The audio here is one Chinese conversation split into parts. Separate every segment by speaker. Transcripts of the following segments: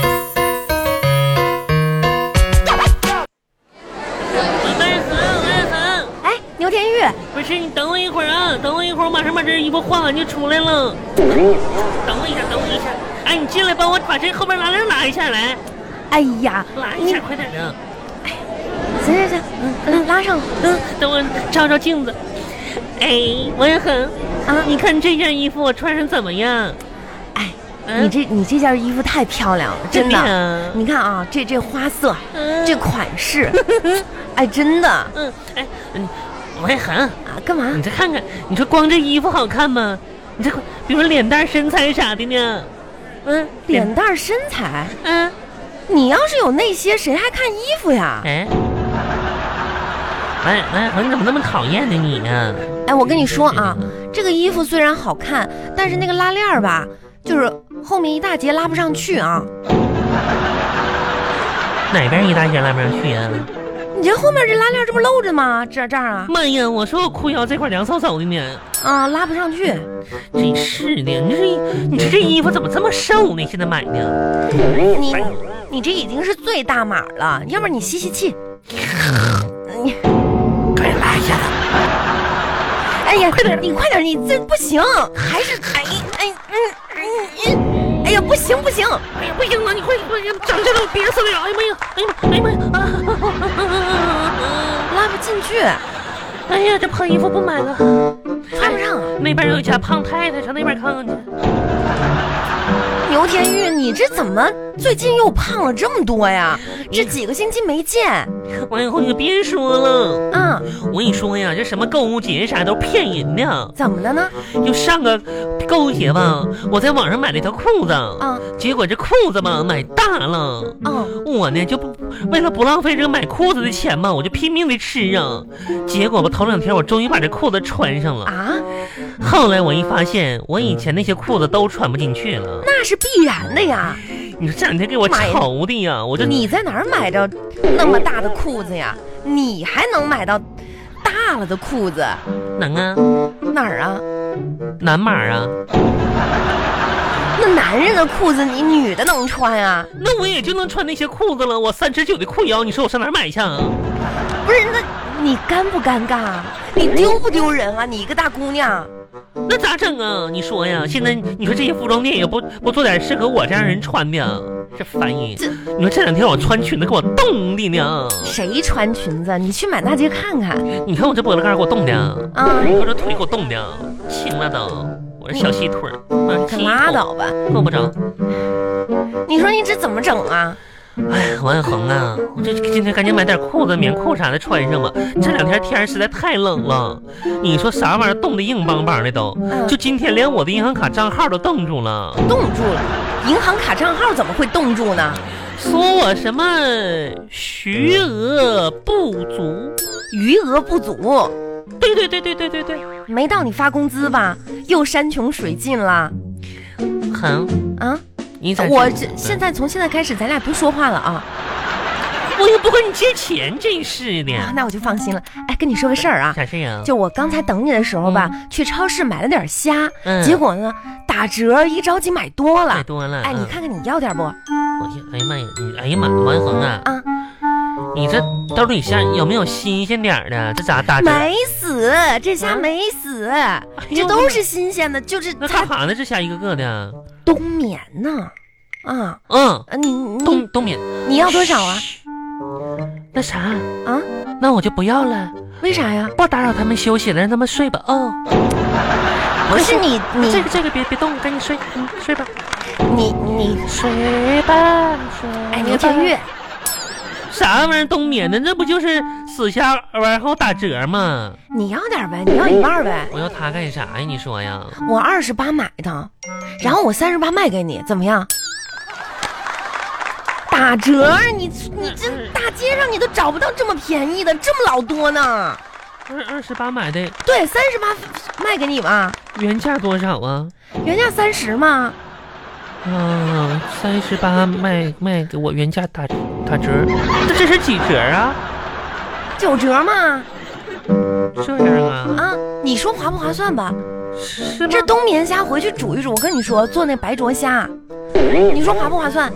Speaker 1: 哎
Speaker 2: 哎
Speaker 1: 不是，你等我一会儿啊，等我一会儿，我马上把这衣服换完就出来了。等我一下，等我一下。哎，你进来帮我把这后边拉链拉一下来，
Speaker 2: 哎呀，
Speaker 1: 拉一
Speaker 2: 你
Speaker 1: 下，快点啊的。
Speaker 2: 行行行，嗯，拉上了，嗯
Speaker 1: 等我照照镜子。哎，文恒，
Speaker 2: 啊，
Speaker 1: 你看这件衣服我穿上怎么样？
Speaker 2: 哎，
Speaker 1: 嗯
Speaker 2: 你这你这件衣服太漂亮了，真
Speaker 1: 真的
Speaker 2: 的
Speaker 1: 呀。
Speaker 2: 你看啊，这这花色，
Speaker 1: 嗯
Speaker 2: 这款式，哎，真的啊，
Speaker 1: 嗯，哎，嗯文恒，
Speaker 2: 干嘛？
Speaker 1: 你再看看，你说光这衣服好看吗？你这，比如脸蛋、身材啥的呢？嗯，
Speaker 2: 脸，蛋儿身材，
Speaker 1: 嗯，
Speaker 2: 你要是有那些，谁还看衣服呀？
Speaker 1: 哎，文文恒，你怎么那么讨厌呢你啊呀、
Speaker 2: 哎，我跟你说啊，这个衣服虽然好看，但是那个拉链儿吧，就是后面一大截拉不上去啊。
Speaker 1: 哪边一大截拉不上去啊呀、
Speaker 2: 你这后面这拉链儿这不露着吗？这这儿啊，
Speaker 1: 妈呀！我说我裤腰这块凉飕飕的呢，
Speaker 2: 啊，拉不上去。
Speaker 1: 真是的！你这你这这衣服怎么这么瘦呢？现在买的，
Speaker 2: 你你这已经是最大码了，要不然你吸吸气。哎你
Speaker 1: 快拉一下！
Speaker 2: 哎呀，快点，你快点，你这不行，还是哎哎嗯嗯嗯，哎呀，不行不行，
Speaker 1: 哎呀，不行了，你快快点，整这都憋死了！哎呀妈呀！哎呀妈哎呀妈呀！啊
Speaker 2: 拉不进去，
Speaker 1: 哎呀，这破衣服不买了。
Speaker 2: 穿不上。
Speaker 1: 那边有一家胖太太，上那边看看去。
Speaker 2: 牛天玉，你这怎么最近又胖了这么多呀？这几个星期没见，
Speaker 1: 完以后你就别说了，
Speaker 2: 嗯，
Speaker 1: 我跟你说呀，这什么购物节啥都骗人的。
Speaker 2: 怎么的呢？
Speaker 1: 就上个购物节吧，我在网上买了一条裤子，
Speaker 2: 啊
Speaker 1: 结果这裤子吧买大了。
Speaker 2: 哦，
Speaker 1: 我呢就不为了不浪费这个买裤子的钱嘛，我就拼命的吃啊。结果吧，头两天我终于把这裤子穿上了。
Speaker 2: 啊，
Speaker 1: 后来我一发现，我以前那些裤子都穿不进去了。
Speaker 2: 那是必然的呀。
Speaker 1: 你说这两天给我
Speaker 2: 妈呀
Speaker 1: 愁的呀，我这
Speaker 2: 嗯你在哪儿买着那么大的裤子呀？你还能买到大了的裤子？
Speaker 1: 能啊，
Speaker 2: 哪儿啊？
Speaker 1: 男码啊，
Speaker 2: 那男人的裤子你女的能穿啊？
Speaker 1: 那我也就能穿那些裤子了。我三尺九的裤腰，你说我上哪儿买去啊？
Speaker 2: 不是，那你尴不尴尬啊？你丢不丢人啊？你一个大姑娘，
Speaker 1: 那咋整啊？你说呀，现在你说这些服装店也不不做点适合我这样人穿的，这烦人。
Speaker 2: 这
Speaker 1: 你说这两天我穿裙子给我冻的呢，
Speaker 2: 谁穿裙子？啊你去满大街看看
Speaker 1: 你看我这脖子盖儿给我冻的，
Speaker 2: 啊！
Speaker 1: 我这腿给我冻的，青了都，我这小细腿儿，啊，
Speaker 2: 可
Speaker 1: 青一
Speaker 2: 拉
Speaker 1: 口，
Speaker 2: 倒吧！
Speaker 1: 够不着。
Speaker 2: 你说你这怎么整啊？
Speaker 1: 哎呀，王小恒啊，我这今天赶紧买点裤子、棉裤啥的穿上吧。这两天天儿实在太冷了，你说啥玩意儿冻得硬邦邦的都。
Speaker 2: 嗯
Speaker 1: 就今天连我的银行卡账号都冻住了，
Speaker 2: 冻住了，银行卡账号怎么会冻住呢？
Speaker 1: 说我什么余额不足。
Speaker 2: 余额不足，
Speaker 1: 对对对对对对对，
Speaker 2: 没到你发工资吧？又山穷水尽了
Speaker 1: 恒，
Speaker 2: 啊！
Speaker 1: 你嗯咋知
Speaker 2: 我这现在从现在开始，咱俩不说话了啊！
Speaker 1: 我又不管你借钱，真是的，
Speaker 2: 啊，那我就放心了。哎，跟你说个事儿啊，
Speaker 1: 啥事呀？
Speaker 2: 就我刚才等你的时候吧，去超市买了点虾，
Speaker 1: 嗯
Speaker 2: 结果呢打折，一着急买多
Speaker 1: 太
Speaker 2: 了。
Speaker 1: 多了。
Speaker 2: 哎，你
Speaker 1: 嗯，
Speaker 2: 看看你要点不？啊，
Speaker 1: 我去，哎呀妈呀，你哎呀妈，王恒啊，你这兜里下有没有新鲜点儿的？这咋打折？
Speaker 2: 没死，这虾
Speaker 1: 啊
Speaker 2: 没死，
Speaker 1: 呦
Speaker 2: 这都是新鲜的，就是
Speaker 1: 那干
Speaker 2: 它
Speaker 1: 啥呢？这下一个个的，
Speaker 2: 冬眠呢。啊，
Speaker 1: 嗯，
Speaker 2: 呃你你
Speaker 1: 冬冬眠
Speaker 2: 你要多少啊？？
Speaker 1: 那啥，
Speaker 2: 啊，
Speaker 1: 那我就不要了，
Speaker 2: 为啥呀？
Speaker 1: 不打扰他们休息了，让他们睡吧。哦，
Speaker 2: 不是你你
Speaker 1: 这个这个别别动，赶紧睡，嗯，睡吧，
Speaker 2: 你你，
Speaker 1: 睡吧，睡吧。
Speaker 2: 哎，牛天玉，
Speaker 1: 啥玩意儿冬眠的？那不就是死虾完后打折吗？
Speaker 2: 你要点呗，你要一半呗。
Speaker 1: 我要它干啥呀？你说呀？
Speaker 2: 我二十八买的，然后我三十八卖给你，怎么样？打折，你你这大街上你都找不到这么便宜的，这么老多呢。
Speaker 1: 二二十八买的，
Speaker 2: 对，三十八卖给你吧，
Speaker 1: 原价多少啊？
Speaker 2: 原价三十嘛。
Speaker 1: 啊，三十八卖卖给我原价打打折，这这是几折啊？
Speaker 2: 九折嘛，
Speaker 1: 这样啊？
Speaker 2: 啊，你说划不划算吧？
Speaker 1: 是吗
Speaker 2: 这？冬眠虾回去煮一煮，我跟你说，做那白灼虾，你说划不划算？
Speaker 1: 啊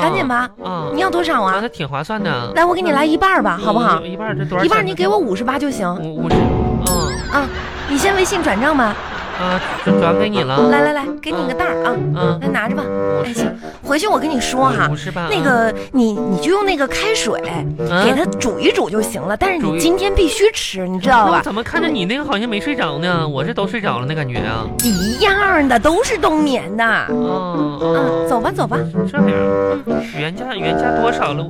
Speaker 2: 赶紧吧，
Speaker 1: 啊，
Speaker 2: 你要多少
Speaker 1: 啊，
Speaker 2: 啊？
Speaker 1: 那挺划算的，
Speaker 2: 来，我给你来一半儿吧，好不好？
Speaker 1: 一一半儿这多少？
Speaker 2: 一半儿你给我。五十八就行。
Speaker 1: 我我这，嗯，
Speaker 2: 啊，你先微信转账吧。
Speaker 1: 啊，转转给你了。嗯
Speaker 2: 来来来，给你个袋儿啊，
Speaker 1: 啊，
Speaker 2: 来拿着吧。
Speaker 1: 五
Speaker 2: 哎
Speaker 1: 十
Speaker 2: 行，回去我跟你说哈
Speaker 1: 五，十嗯吧。
Speaker 2: 那个你你就用那个开水
Speaker 1: 啊
Speaker 2: 给它煮一煮就行了，但是
Speaker 1: 煮
Speaker 2: 你
Speaker 1: 一
Speaker 2: 今天必须吃，你知
Speaker 1: 啊
Speaker 2: 道
Speaker 1: 那我
Speaker 2: 吧？
Speaker 1: 怎么看着你那个好像没睡着呢？
Speaker 2: 嗯
Speaker 1: 我这都睡着了那感觉啊。
Speaker 2: 一样的，都是冬眠的。啊，
Speaker 1: 哦哦，
Speaker 2: 走吧走吧。
Speaker 1: 这样，原价原价多少了？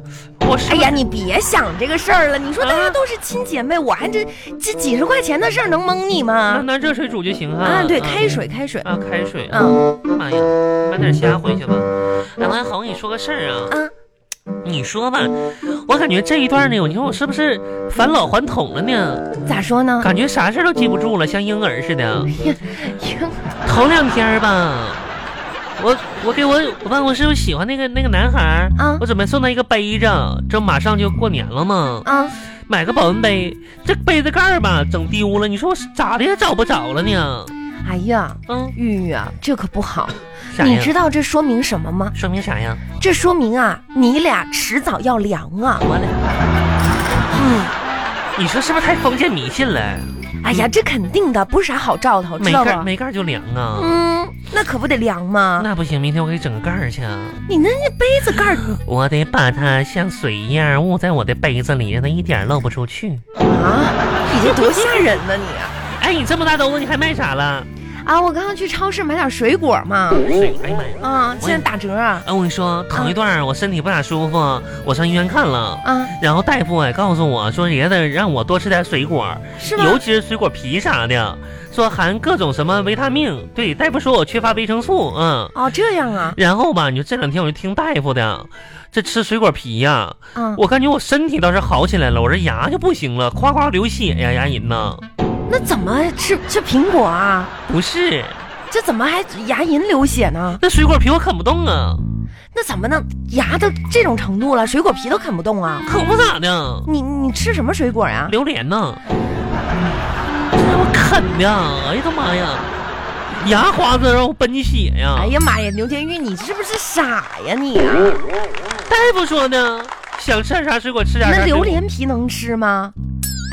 Speaker 1: 我是
Speaker 2: 哎呀，你别想这个事儿了。你说大
Speaker 1: 嗯
Speaker 2: 家都是亲姐妹，我还这这几十块钱的事儿能蒙你
Speaker 1: 拿
Speaker 2: 吗？
Speaker 1: 拿热水煮就行哈。嗯
Speaker 2: 哎啊，对，开水开水。
Speaker 1: 啊，开水。
Speaker 2: 嗯
Speaker 1: 妈呀，买点虾回去吧。哎，王小红，我跟你说个事儿啊。
Speaker 2: 啊，
Speaker 1: 你说吧，我感觉这一段呢，你说我是不是返老还童了呢？
Speaker 2: 咋说呢？
Speaker 1: 感觉啥事儿都记不住了，像婴儿似的。
Speaker 2: 行
Speaker 1: 头两天儿吧，我我给我我办公室有喜欢那个那个男孩儿
Speaker 2: 啊
Speaker 1: 我准备送他一个杯子，这马上就过年了嘛，
Speaker 2: 啊，
Speaker 1: 买个保温杯，这杯子盖儿吧整丢了，你说我咋的也找不着了呢？
Speaker 2: 哎呀，
Speaker 1: 嗯，
Speaker 2: 玉玉啊，这可不好。
Speaker 1: 啥
Speaker 2: 你
Speaker 1: 呀？
Speaker 2: 知道这说明什么吗？
Speaker 1: 说明啥呀？
Speaker 2: 这说明啊，你俩迟早要凉啊。
Speaker 1: 我了，
Speaker 2: 嗯，
Speaker 1: 你说是不是太封建迷信了？
Speaker 2: 哎呀，这肯定的，不是啥好兆头，
Speaker 1: 没
Speaker 2: 知道
Speaker 1: 盖儿
Speaker 2: 吧？
Speaker 1: 没盖儿就凉啊？
Speaker 2: 嗯，那可不得凉吗？
Speaker 1: 那不行，明天我给整个盖儿去啊。
Speaker 2: 你那那杯子盖儿
Speaker 1: 我得把它像水一样捂在我的杯子里，让它一点儿漏不出去。
Speaker 2: 啊，你这多吓人呢你 啊！
Speaker 1: 哎，你这么大兜子，你还卖啥了？
Speaker 2: 我刚刚去超市买点水果嘛，
Speaker 1: 水，哎呀妈呀！
Speaker 2: 啊，现在打折啊。
Speaker 1: 哎，我跟你说，头一段儿我身体不咋舒服，我上医院看了，
Speaker 2: 啊，
Speaker 1: 然后大夫也告诉我说，也得让我多吃点水果，
Speaker 2: 是
Speaker 1: 尤
Speaker 2: 吗？
Speaker 1: 其是水果皮啥的，说含各种什么维他命。对，大夫说我缺乏维生素，嗯。
Speaker 2: 哦，这样啊，
Speaker 1: 然后吧，你说这两天我就听大夫的，这吃水果皮呀、
Speaker 2: 啊，
Speaker 1: 我感觉我身体倒是好起来了，我这牙就不行了，夸夸流血呀，牙龈呐。
Speaker 2: 那怎么吃吃苹果啊？
Speaker 1: 不是，
Speaker 2: 这怎么还牙龈流血呢？
Speaker 1: 那水果皮我啃不动啊，
Speaker 2: 那怎么能牙都这种程度了，水果皮都啃不动啊？
Speaker 1: 啃不咋的，
Speaker 2: 你你吃什么水果呀、
Speaker 1: 榴莲呢，这让我啃的，哎呀妈呀，牙花子让我奔血呀。
Speaker 2: 哎呀妈呀，刘天玉，你是不是傻呀你啊？
Speaker 1: 嗯大夫说呢，想吃点啥水果吃点啥。
Speaker 2: 那榴，莲皮能吃吗？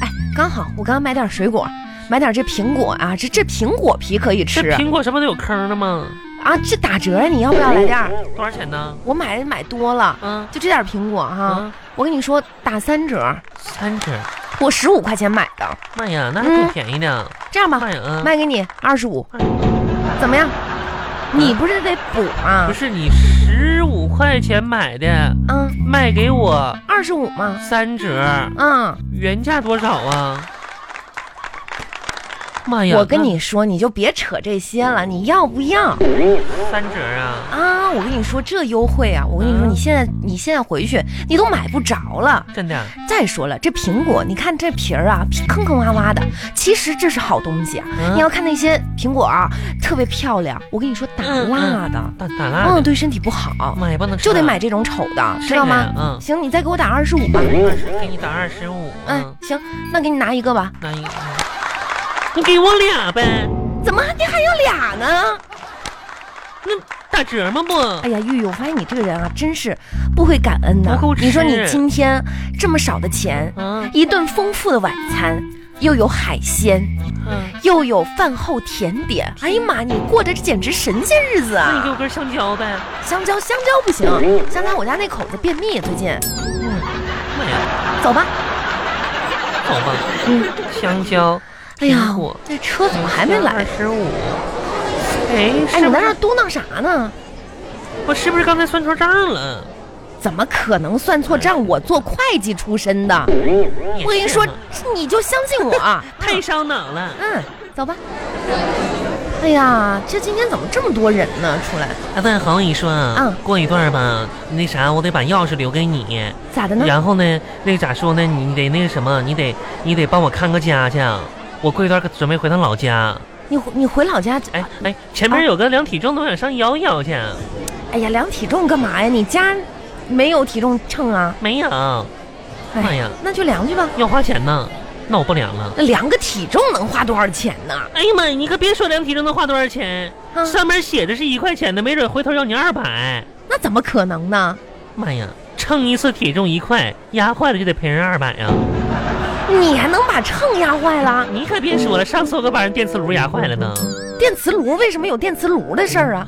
Speaker 2: 哎，刚好我刚刚买点水果，买点这苹果啊，这这苹果皮可以
Speaker 1: 这
Speaker 2: 吃
Speaker 1: 苹果什么都有坑的吗？
Speaker 2: 啊，这打折啊，你要不要来点儿？
Speaker 1: 多少钱呢？
Speaker 2: 我买买多了，
Speaker 1: 嗯
Speaker 2: 就这点苹果哈、
Speaker 1: 啊，
Speaker 2: 我跟你说打三折，
Speaker 1: 三折，
Speaker 2: 我十五块钱买的，
Speaker 1: 妈呀，
Speaker 2: 嗯
Speaker 1: 那还挺便宜的。
Speaker 2: 这样吧，
Speaker 1: 妈呀，嗯，
Speaker 2: 卖给你二十五，怎么样？你不是得补吗
Speaker 1: 嗯不？是你十五块钱买的，
Speaker 2: 啊，
Speaker 1: 卖给我
Speaker 2: 二十五嘛，
Speaker 1: 三折，
Speaker 2: 啊，
Speaker 1: 原价多少啊？妈哎呀！
Speaker 2: 我跟你说，你就别扯这些了，你要不要？
Speaker 1: 那三折啊，
Speaker 2: 啊，我跟你说这优惠啊，我跟你说，
Speaker 1: 嗯
Speaker 2: 你现在你现在回去你都买不着了。
Speaker 1: 真的啊
Speaker 2: 再说了，这苹果，你看这皮儿啊，皮坑坑洼洼的，其实这是好东西啊。
Speaker 1: 嗯
Speaker 2: 你要看那些苹果啊，特别漂亮，我跟你说打
Speaker 1: 嗯啊
Speaker 2: 蜡的，
Speaker 1: 打打蜡
Speaker 2: 嗯，
Speaker 1: 的，
Speaker 2: 对身体不好，
Speaker 1: 妈呀，不能吃
Speaker 2: 就得
Speaker 1: 了
Speaker 2: 买这种丑的，知道
Speaker 1: 这
Speaker 2: 吗？嗯
Speaker 1: 个呀
Speaker 2: 行，你再给我打二十五吧。
Speaker 1: 啊嗯，二十给你打二十五，
Speaker 2: 嗯
Speaker 1: 嗯，，
Speaker 2: 行，那给你拿一个吧。
Speaker 1: 那一个，你给我俩呗，
Speaker 2: 怎么你还有俩呢？
Speaker 1: 那打折吗不？
Speaker 2: 哎呀，玉玉，我发现你这个人啊，真是不会感恩呐、
Speaker 1: 不够吃
Speaker 2: 你说你今天这么少的钱，
Speaker 1: 嗯
Speaker 2: 一顿丰富的晚餐，又有海鲜，
Speaker 1: 嗯，
Speaker 2: 又有饭后甜点，哎呀妈，你过着这简直神仙日子
Speaker 1: 那你给
Speaker 2: 啊！
Speaker 1: 我根香蕉呗，
Speaker 2: 香蕉，香蕉不行，香蕉我家那口子便秘最近，
Speaker 1: 妈呀，
Speaker 2: 走吧。
Speaker 1: 好吧，
Speaker 2: 嗯，
Speaker 1: 香蕉，
Speaker 2: 哎呀
Speaker 1: 苹果，
Speaker 2: 这车怎么还没
Speaker 1: 二
Speaker 2: 来？
Speaker 1: 十五，哎，
Speaker 2: 哎，
Speaker 1: 是
Speaker 2: 你
Speaker 1: 不
Speaker 2: 在
Speaker 1: 是
Speaker 2: 那儿嘟囔啥呢？
Speaker 1: 我是不是刚才算错账了？
Speaker 2: 怎么可能算错账？我做会计出身的，
Speaker 1: 也
Speaker 2: 我跟你
Speaker 1: 是
Speaker 2: 说
Speaker 1: 嘛，
Speaker 2: 你就相信我。啊
Speaker 1: 太烧脑了。
Speaker 2: 嗯，走吧。哎呀，这今天怎么这么多人呢？出来
Speaker 1: 哎，万恒，你说啊，
Speaker 2: 嗯
Speaker 1: 过一段儿吧，那啥，我得把钥匙留给你。
Speaker 2: 咋的呢？
Speaker 1: 然后呢，那咋说呢？你得那个什么，你得你得帮我看个家去啊。我过一段儿准备回趟老家。
Speaker 2: 你回你回老家？
Speaker 1: 哎哎，前面有个量体重的，我想上摇一摇去。
Speaker 2: 哎呀，量体重干嘛呀？你家没有体重秤啊？
Speaker 1: 没有，哎呀，
Speaker 2: 那就量去吧。
Speaker 1: 要花钱呢。那我不量了。
Speaker 2: 那量个体重能花多少钱呢？
Speaker 1: 哎呀妈呀，你可别说量体重能花多少钱，
Speaker 2: 啊，
Speaker 1: 上面写着是一块钱的，没准回头要你二百。
Speaker 2: 那怎么可能呢？
Speaker 1: 妈呀，称一次体重一块，压坏了就得赔人二百呀。
Speaker 2: 你还能把秤压坏了？
Speaker 1: 啊你可别说了，上次我可把人电磁炉压坏了呢。
Speaker 2: 电磁炉为什么有电磁炉的事儿啊？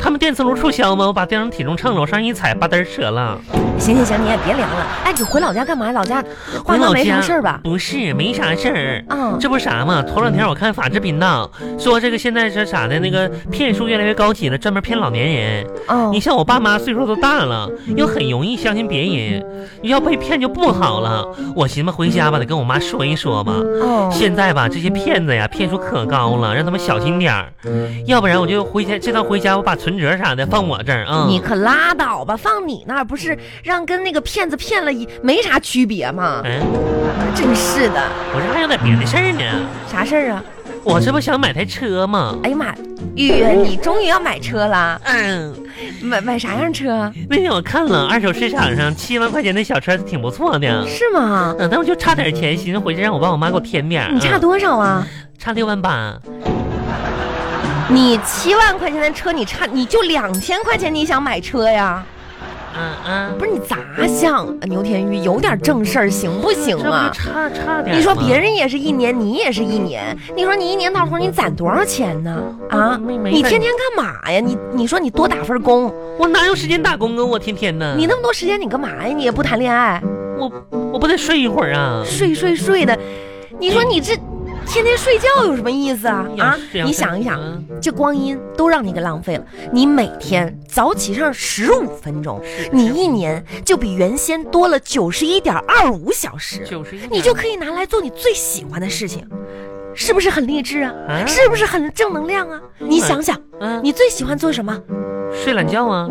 Speaker 1: 他们电磁炉促销吗？我把电成体重秤了，往上一踩，吧嘚折了。
Speaker 2: 行行行，你也别量了。哎，你回老家干嘛？老家
Speaker 1: 回
Speaker 2: 爸妈
Speaker 1: 老
Speaker 2: 没啥
Speaker 1: 家
Speaker 2: 事儿吧？
Speaker 1: 不是，没啥事儿。
Speaker 2: 啊
Speaker 1: 这不啥嘛？头两天我看法制频道说这个现在是啥的，那个骗术越来越高级了，专门骗老年人。
Speaker 2: 哦
Speaker 1: 你，像我爸妈岁数都大了，又很容易相信别人，要被骗就不好了。我寻思回家吧，得跟我妈说一说吧。
Speaker 2: 哦，
Speaker 1: 现在吧，这些骗子呀，骗术可高了，让他们小心点儿，要不然我就回家。这趟回家，我把存折啥的放我这儿啊。
Speaker 2: 你可拉倒吧，放你那儿不是让跟那个骗子骗了一没啥区别吗？
Speaker 1: 嗯，
Speaker 2: 真是的，
Speaker 1: 我这还有点别的事儿呢。
Speaker 2: 啥事儿啊？
Speaker 1: 我这不想买台车吗？
Speaker 2: 哎呀妈，玉玉，你终于要买车了，
Speaker 1: 嗯，
Speaker 2: 买买啥样车啊？
Speaker 1: 那天我看了二手市场上七万块钱的小车，挺不错的。
Speaker 2: 是吗？
Speaker 1: 嗯，但我就差点钱，寻思回去让我爸我妈给我添点儿。
Speaker 2: 你差
Speaker 1: 嗯
Speaker 2: 多少啊？
Speaker 1: 差六万八。嗯
Speaker 2: 你七万块钱的车，你差你就两千块钱，你想买车呀？
Speaker 1: 嗯嗯，
Speaker 2: 不是你咋想啊？牛田玉，有点正事儿行不行
Speaker 1: 这不
Speaker 2: 啊
Speaker 1: 就？差差点儿吗？
Speaker 2: 你说别人也是一年，你也是一年，你说你一年到头你攒多少钱呢？啊，
Speaker 1: 没没
Speaker 2: 你
Speaker 1: 事儿
Speaker 2: 天天干嘛呀？你你说你多打份工，
Speaker 1: 我哪有时间打工啊？我天天呢，
Speaker 2: 你那么多时间你干嘛呀？你也不谈恋爱，
Speaker 1: 我我不得睡一会儿啊？
Speaker 2: 睡睡睡的，你说你这天天睡觉有什么意思啊？啊，你想一想，
Speaker 1: 嗯
Speaker 2: 这光阴都让你给浪费了。你每天早起上十五分钟，你一年就比原先多了九十一点二五小时，
Speaker 1: 九十一，
Speaker 2: 你就可以拿来做你最喜欢的事情，是不是很励志啊？
Speaker 1: 啊
Speaker 2: 是不是很正能量啊？你想想，
Speaker 1: 嗯，
Speaker 2: 你最喜欢做什么？
Speaker 1: 睡懒觉啊？